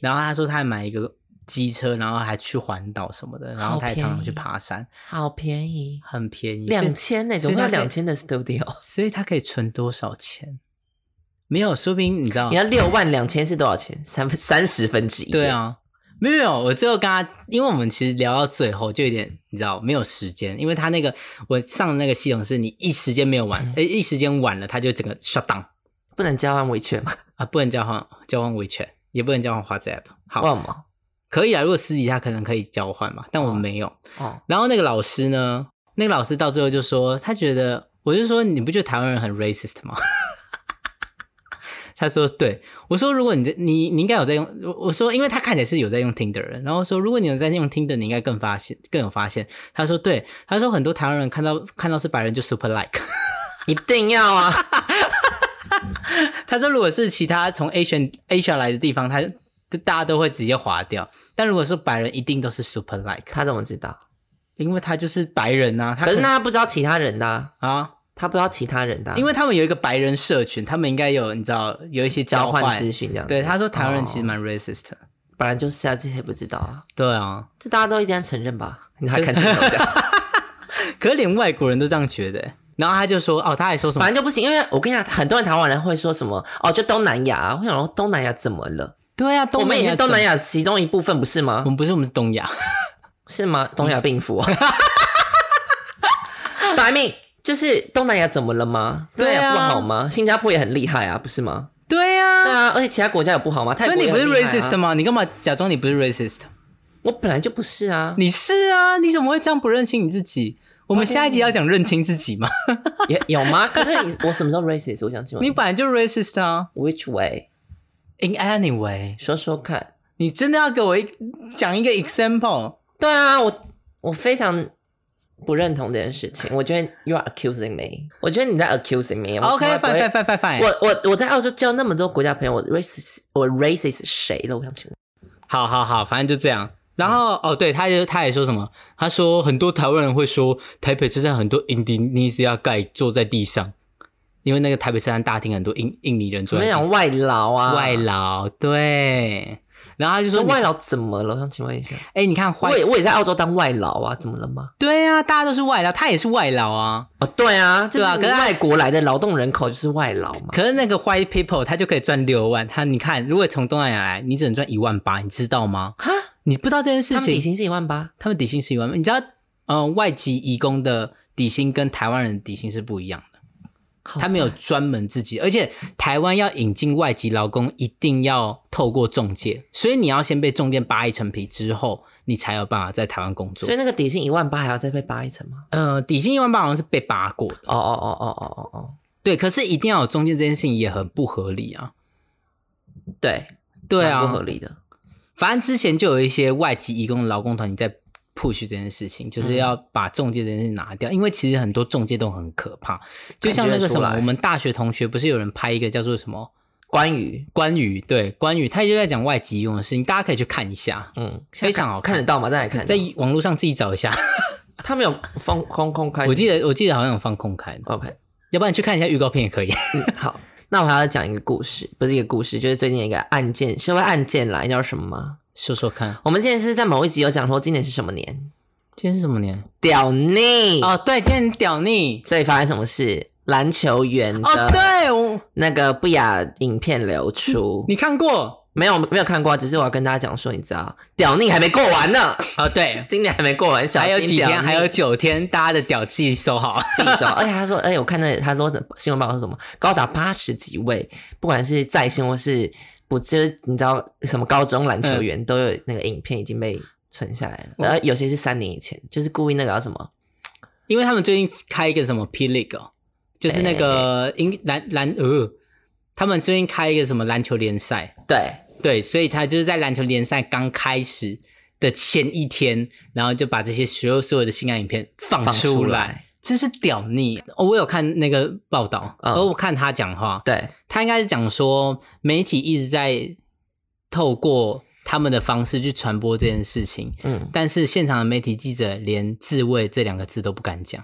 [SPEAKER 1] 然后他说他还买一个机车，然后还去环岛什么的，然后他也常常去爬山，
[SPEAKER 2] 好便宜，
[SPEAKER 1] 很便宜，所以
[SPEAKER 2] 两千那
[SPEAKER 1] 所
[SPEAKER 2] 种
[SPEAKER 1] 以哦
[SPEAKER 2] 要
[SPEAKER 1] 它可以
[SPEAKER 2] 两千 的 studio，
[SPEAKER 1] 所以他可以存多少钱？没有，说不定你知道
[SPEAKER 2] 你，要六万两千是多少钱？三分三十分之一，
[SPEAKER 1] 对，啊，没有没有，我最后跟他，因为我们其实聊到最后就有点，你知道没有时间，因为他那个我上的那个系统是你一时间没有玩，呃、一时间晚了，他就整个 shut down
[SPEAKER 2] 不能交换维权吗？
[SPEAKER 1] 啊，不能交换交换维权，也不能交换花子 app。
[SPEAKER 2] 为
[SPEAKER 1] 好，
[SPEAKER 2] 什么？
[SPEAKER 1] 可以啊，如果私底下可能可以交换嘛，但我们没有。
[SPEAKER 2] 哦，
[SPEAKER 1] 然后那个老师呢，那个老师到最后就说，他觉得，我就说你不觉得台湾人很 racist 吗？ 他说对，我说如果你在你你应该有在用，我我说因为他看起来是有在用 Tinder 的人，然后说如果你有在用 Tinder，你应该更发现更有发现。他说对，他说很多台湾人看到看到是白人就 super like，
[SPEAKER 2] 一定要啊！
[SPEAKER 1] 他说如果是其他从 Asian Asia 来的地方，他就大家都会直接划掉，但如果是白人一定都是 super like，
[SPEAKER 2] 他怎么知道？
[SPEAKER 1] 因为他就是白人呐、啊，他
[SPEAKER 2] 可是
[SPEAKER 1] 能
[SPEAKER 2] 那他不知道其他人的啊，
[SPEAKER 1] 啊，
[SPEAKER 2] 他不知道其他人的啊，
[SPEAKER 1] 因为他们有一个白人社群，他们应该有你知道有一些
[SPEAKER 2] 交
[SPEAKER 1] 换
[SPEAKER 2] 换资讯这样子。
[SPEAKER 1] 对，他说台湾人
[SPEAKER 2] 哦
[SPEAKER 1] 其实蛮 racist 的。
[SPEAKER 2] 本来就是啊，这些不知道啊，
[SPEAKER 1] 对啊，
[SPEAKER 2] 这大家都一定要承认吧？你还看这 个？
[SPEAKER 1] 可是连外国人都这样觉得。然后他就说，哦，他还说什么
[SPEAKER 2] 反？正就不行，因为我跟你讲，很多人台湾人会说什么哦，就东南亚、啊，我想说东南亚怎么了？
[SPEAKER 1] 对啊，
[SPEAKER 2] 我
[SPEAKER 1] 东
[SPEAKER 2] 们
[SPEAKER 1] 南
[SPEAKER 2] 也
[SPEAKER 1] 亚
[SPEAKER 2] 是东南，亚其中一部分，不是吗
[SPEAKER 1] 我？们不是我们是东亚，
[SPEAKER 2] 是吗？东亚病夫、 啊，白命就是东南亚怎么了吗？东南
[SPEAKER 1] 对啊
[SPEAKER 2] 亚不好吗？新加坡也很厉害啊，不是吗？
[SPEAKER 1] 对
[SPEAKER 2] 对
[SPEAKER 1] 啊。
[SPEAKER 2] 啊，而且其他国家有不好吗？泰
[SPEAKER 1] 所
[SPEAKER 2] 国
[SPEAKER 1] 以你
[SPEAKER 2] 也
[SPEAKER 1] 不
[SPEAKER 2] 很
[SPEAKER 1] 是
[SPEAKER 2] 厉害啊
[SPEAKER 1] racist 吗？你干嘛假装你不是 racist？
[SPEAKER 2] 我本来就不是啊，
[SPEAKER 1] 你是啊，你怎么会这样不认清你自己？我们下一集要讲认清自 己吗？
[SPEAKER 2] 有有 吗？可是你我什么时候 racist？我想请问
[SPEAKER 1] 你本来就 racist 啊。
[SPEAKER 2] ，which way？
[SPEAKER 1] In anyway，
[SPEAKER 2] 说说看。
[SPEAKER 1] 你真的要给我一讲一个 example？
[SPEAKER 2] 对啊，我我非常不认同这件事情。我觉得 you are accusing me，我觉得你在 accusing me 我
[SPEAKER 1] OK，
[SPEAKER 2] 从
[SPEAKER 1] fine
[SPEAKER 2] 来不会。
[SPEAKER 1] fine fine fine fine。
[SPEAKER 2] 我我我在澳洲交那么多国家朋友，我 racist 我 racist 谁了？我想请问，
[SPEAKER 1] 好好好，反正就这样。然后、
[SPEAKER 2] 嗯
[SPEAKER 1] 哦，对，他就他也说什么？他说很多台湾人会说台北车站很多印第尼西亚盖坐在地上，因为那个台北车站大厅很多印印尼人
[SPEAKER 2] 我
[SPEAKER 1] 坐在地
[SPEAKER 2] 们
[SPEAKER 1] 上
[SPEAKER 2] 讲外劳啊，
[SPEAKER 1] 外劳，对。然后他就
[SPEAKER 2] 说
[SPEAKER 1] 说
[SPEAKER 2] 外
[SPEAKER 1] 你，
[SPEAKER 2] 劳怎么了？我想请问一下，
[SPEAKER 1] 哎、你看
[SPEAKER 2] 我
[SPEAKER 1] 坏，
[SPEAKER 2] 也我也在澳洲当外劳啊，怎么了吗？
[SPEAKER 1] 对啊，大家都是外劳，他也是外劳啊。
[SPEAKER 2] 哦，对啊，就是
[SPEAKER 1] 对啊可是他
[SPEAKER 2] 外国来的劳动人口就是外劳嘛。
[SPEAKER 1] 可是那个 white people 他就可以赚六万，他你看，如果从东南亚来，你只能赚一万八，你知道吗？
[SPEAKER 2] 哈，
[SPEAKER 1] 你不知道这件事
[SPEAKER 2] 他
[SPEAKER 1] 情，
[SPEAKER 2] 们底薪是一万八，
[SPEAKER 1] 他们底薪是一万，你知道，嗯、外籍移工的底薪跟台湾人的底薪是不一样的，
[SPEAKER 2] 好
[SPEAKER 1] 他们有专门自己，而且台湾要引进外籍劳工，一定要透过中介，所以你要先被中介扒一层皮之后，你才有办法在台湾工作
[SPEAKER 2] 所以。那个底薪一万八还要再被扒一层吗？
[SPEAKER 1] 呃，底薪一万八好像是被扒过的，
[SPEAKER 2] 哦哦哦哦哦哦哦，
[SPEAKER 1] 对，可是一定要有中介这件事情也很不合理啊。
[SPEAKER 2] 对
[SPEAKER 1] 对
[SPEAKER 2] 蛮不合
[SPEAKER 1] 啊，
[SPEAKER 2] 理的。
[SPEAKER 1] 反正之前就有一些外籍移工劳工团体在 push 这件事情，
[SPEAKER 2] 嗯
[SPEAKER 1] 就是要把中介这件事拿掉，因为其实很多中介都很可怕，就像那个什
[SPEAKER 2] 感觉得
[SPEAKER 1] 么
[SPEAKER 2] 出，来
[SPEAKER 1] 我们大学同学不是有人拍一个叫做什么
[SPEAKER 2] 关于
[SPEAKER 1] 关羽？对，关羽他就在讲外籍移工的事情，大家可以去看一下，
[SPEAKER 2] 嗯，
[SPEAKER 1] 非常好
[SPEAKER 2] 看得
[SPEAKER 1] 看，
[SPEAKER 2] 到吗？再来看，
[SPEAKER 1] 在网络上自己找一下。
[SPEAKER 2] 他们有放公公开，
[SPEAKER 1] 我记得我记得好像有放空开的，
[SPEAKER 2] OK，
[SPEAKER 1] 要不然你去看一下预告片也可以。
[SPEAKER 2] 嗯，好，那我还要讲一个故事，不是一个故事，就是最近有一个案件，社会案件啦，你知道什么吗？
[SPEAKER 1] 说说看，
[SPEAKER 2] 我们之前是在某一集有讲说今年是什么年，
[SPEAKER 1] 今天是什么年？
[SPEAKER 2] 屌腻
[SPEAKER 1] 哦，对，今天很屌腻。
[SPEAKER 2] 所以发生什么事？篮球员
[SPEAKER 1] 哦，
[SPEAKER 2] 的
[SPEAKER 1] 对，我
[SPEAKER 2] 那个不雅影片流出，
[SPEAKER 1] 你看过？
[SPEAKER 2] 没有没有看过，只是我要跟大家讲说，你知道，屌腻还没过完呢，
[SPEAKER 1] 哦，对，
[SPEAKER 2] 今年还没过完，小
[SPEAKER 1] 还
[SPEAKER 2] 心
[SPEAKER 1] 有几
[SPEAKER 2] 屌
[SPEAKER 1] 天，
[SPEAKER 2] 腻
[SPEAKER 1] 还有九天，大家的屌自己收好。
[SPEAKER 2] 自己说，而且他说，哎而且我看那他说的新闻报道是什么，高达八十几位，不管是在线或是不，就是你知道什么高中篮
[SPEAKER 1] 嗯
[SPEAKER 2] 球员、都有那个影片已经被存下来
[SPEAKER 1] 哦
[SPEAKER 2] 了，然后有些是三年以前，就是故意那个叫什么，
[SPEAKER 1] 因为他们最近开一个什么 P League，、哦、就是
[SPEAKER 2] 哎
[SPEAKER 1] 那个英篮篮呃，他们最近开一个什么篮球联赛，
[SPEAKER 2] 对，
[SPEAKER 1] 对，所以他就是在篮球联赛刚开始的前一天，然后就把这些所有所有的性爱影片放
[SPEAKER 2] 放
[SPEAKER 1] 出
[SPEAKER 2] 出
[SPEAKER 1] 来
[SPEAKER 2] 来，
[SPEAKER 1] 真是屌腻、哦！我有看那个报道，
[SPEAKER 2] 嗯
[SPEAKER 1] 而我看他讲话，
[SPEAKER 2] 对，
[SPEAKER 1] 他应该是讲说媒体一直在透过他们的方式去传播这件事情，
[SPEAKER 2] 嗯，
[SPEAKER 1] 但是现场的媒体记者连自卫这两个字都不敢讲。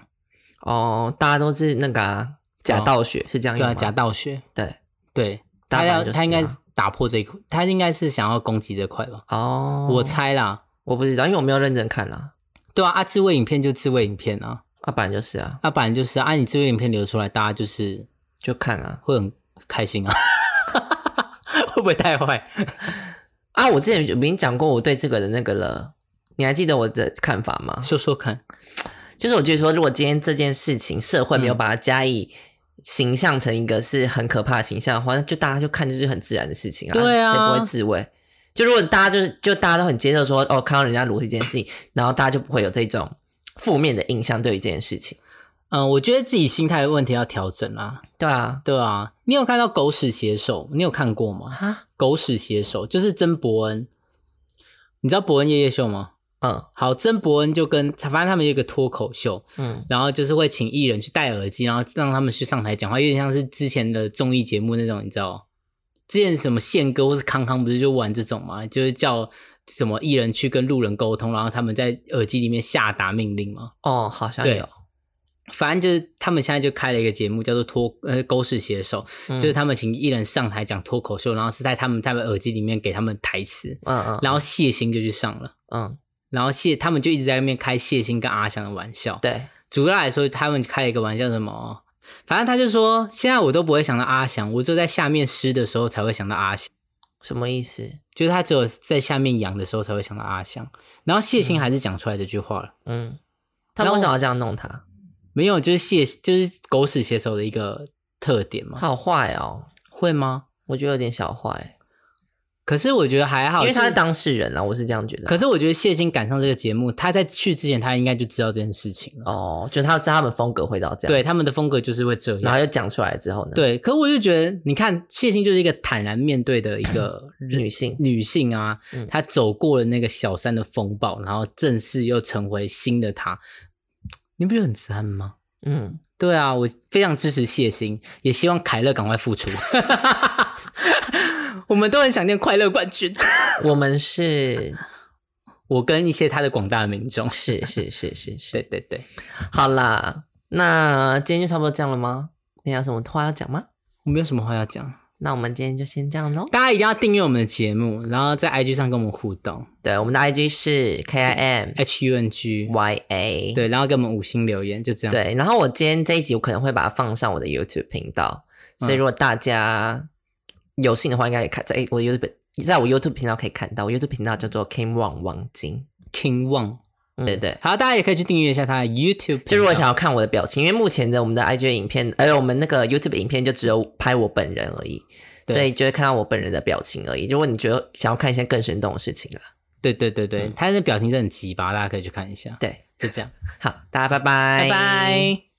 [SPEAKER 2] 哦，大家都是那个啊、假道学、是这样
[SPEAKER 1] 对
[SPEAKER 2] 用
[SPEAKER 1] 啊，
[SPEAKER 2] 吗？
[SPEAKER 1] 假道学，
[SPEAKER 2] 对，
[SPEAKER 1] 对，
[SPEAKER 2] 大
[SPEAKER 1] 他
[SPEAKER 2] 阪
[SPEAKER 1] 要
[SPEAKER 2] 就是
[SPEAKER 1] 他应该
[SPEAKER 2] 啊
[SPEAKER 1] 打破这一块，他应该是想要攻击这块吧？
[SPEAKER 2] 哦，
[SPEAKER 1] 我猜啦，
[SPEAKER 2] 我不知道，因为我没有认真看啦。
[SPEAKER 1] 对啊，啊，自卫影片就自卫影片啊，
[SPEAKER 2] 啊，本来就是啊，
[SPEAKER 1] 啊，本来就是啊，啊你自卫影片流出来，大家就是
[SPEAKER 2] 就看啊。
[SPEAKER 1] 会很开心啊， 会不会太坏？
[SPEAKER 2] 啊，我之前就已经讲过我对这个的那个了，你还记得我的看法吗？
[SPEAKER 1] 说说看，
[SPEAKER 2] 就是我觉得说，如果今天这件事情社会没有把它加以形象成一个是很可怕的形象的话，那就大家就看这就是很自然的事情啊，
[SPEAKER 1] 对啊
[SPEAKER 2] 谁不会自慰？就如果大家就是就大家都很接受说，哦，看到人家裸体这件事情，然后大家就不会有这种负面的印象对于这件事情。
[SPEAKER 1] 嗯、我觉得自己心态的问题要调整啦、
[SPEAKER 2] 对啊，
[SPEAKER 1] 对啊，你有看到《狗屎写手》？你有看过吗？
[SPEAKER 2] 啊，
[SPEAKER 1] 狗屎写手就是曾伯恩，你知道伯恩夜夜秀吗？
[SPEAKER 2] 嗯
[SPEAKER 1] 好，曾伯恩就跟反正他们有一个脱口秀，
[SPEAKER 2] 嗯，
[SPEAKER 1] 然后就是会请艺人去戴耳机，然后让他们去上台讲话，有点像是之前的综艺节目那种，你知道？之前什么宪哥或是康康不是就玩这种吗？就是叫什么艺人去跟路人沟通，然后他们在耳机里面下达命令吗？
[SPEAKER 2] 哦，好像
[SPEAKER 1] 对
[SPEAKER 2] 有，
[SPEAKER 1] 反正就是他们现在就开了一个节目，叫做脱呃狗屎写手，
[SPEAKER 2] 嗯
[SPEAKER 1] 就是他们请艺人上台讲脱口秀，然后是在他们他们耳机里面给他们台词，
[SPEAKER 2] 嗯嗯，
[SPEAKER 1] 然后谢欣就去上了，
[SPEAKER 2] 嗯，
[SPEAKER 1] 然后谢他们就一直在那边开谢欣跟阿翔的玩笑。
[SPEAKER 2] 对，
[SPEAKER 1] 主要来说，他们开了一个玩笑，什么？反正他就说，现在我都不会想到阿翔，我只有在下面湿的时候才会想到阿翔，
[SPEAKER 2] 什么意思？
[SPEAKER 1] 就是他只有在下面痒的时候才会想到阿翔。然后谢欣还是讲出来这句话了，
[SPEAKER 2] 嗯，他
[SPEAKER 1] 然
[SPEAKER 2] 们
[SPEAKER 1] 后
[SPEAKER 2] 为什么要这样弄他？
[SPEAKER 1] 没有，就是谢就是狗屎写手的一个特点嘛，
[SPEAKER 2] 好坏哦，
[SPEAKER 1] 会吗？
[SPEAKER 2] 我觉得有点小坏，
[SPEAKER 1] 可是我觉得还好，
[SPEAKER 2] 因为他
[SPEAKER 1] 哦就是
[SPEAKER 2] 当事人啊，我是这样觉得。
[SPEAKER 1] 可是我觉得谢欣赶上这个节目，他在去之前他应该就知道这件事情了。
[SPEAKER 2] 哦，就他知道他们风格会到这样，，
[SPEAKER 1] 对，他们的风格就是会这
[SPEAKER 2] 然
[SPEAKER 1] 样。
[SPEAKER 2] 后又讲出来之后呢，，
[SPEAKER 1] 对，可我就觉得，你看谢欣就是一个坦然面对的一个
[SPEAKER 2] 女性
[SPEAKER 1] 女性啊
[SPEAKER 2] 嗯，
[SPEAKER 1] 她走过了那个小三的风暴，然后正式又成为新的她，你不觉得很赞吗？
[SPEAKER 2] 嗯，
[SPEAKER 1] 对啊，我非常支持谢欣，也希望凯乐赶快 复出。我们都很想念快乐冠军，
[SPEAKER 2] 我们是
[SPEAKER 1] 我跟一些他的广大民众。
[SPEAKER 2] 是是是是
[SPEAKER 1] 对
[SPEAKER 2] 是，
[SPEAKER 1] 对对，
[SPEAKER 2] 好啦，那今天就差不多这样了吗？你还有什么话要讲吗？
[SPEAKER 1] 我没有什么话要讲。
[SPEAKER 2] 那我们今天就先这样喽。
[SPEAKER 1] 大家一定要订阅我们的节目，然后在 IG 上跟我们互动
[SPEAKER 2] 对，我们的 IG 是 K I M
[SPEAKER 1] ，H U N G，
[SPEAKER 2] Y A。
[SPEAKER 1] 对，然后给我们五星留言，就这样。，
[SPEAKER 2] 对，然后我今天这一集我可能会把它放上我的 YouTube 频道，所以如果大家有幸的话，应该也看在我 YouTube 在我 YouTube 频道可以看到，我 YouTube 频道叫做 Kim Wang 王晶。
[SPEAKER 1] King Wang，
[SPEAKER 2] 嗯、对对，
[SPEAKER 1] 好，大家也可以去订阅一下他的 YouTube，
[SPEAKER 2] 就如果
[SPEAKER 1] 频
[SPEAKER 2] 想
[SPEAKER 1] 道
[SPEAKER 2] 要看我的表情，因为目前的我们的 IG 影片，呃，我们那个 YouTube 影片就只有拍我本人而已，
[SPEAKER 1] 对
[SPEAKER 2] 所以就会看到我本人的表情而已。如果你觉得想要看一些更生动的事情啦，
[SPEAKER 1] 对对对
[SPEAKER 2] 嗯
[SPEAKER 1] 对，他的表情真的很鸡巴，大家可以去看一下。
[SPEAKER 2] 对，
[SPEAKER 1] 就这样，
[SPEAKER 2] 好，大家拜
[SPEAKER 1] 拜
[SPEAKER 2] 拜，
[SPEAKER 1] 拜。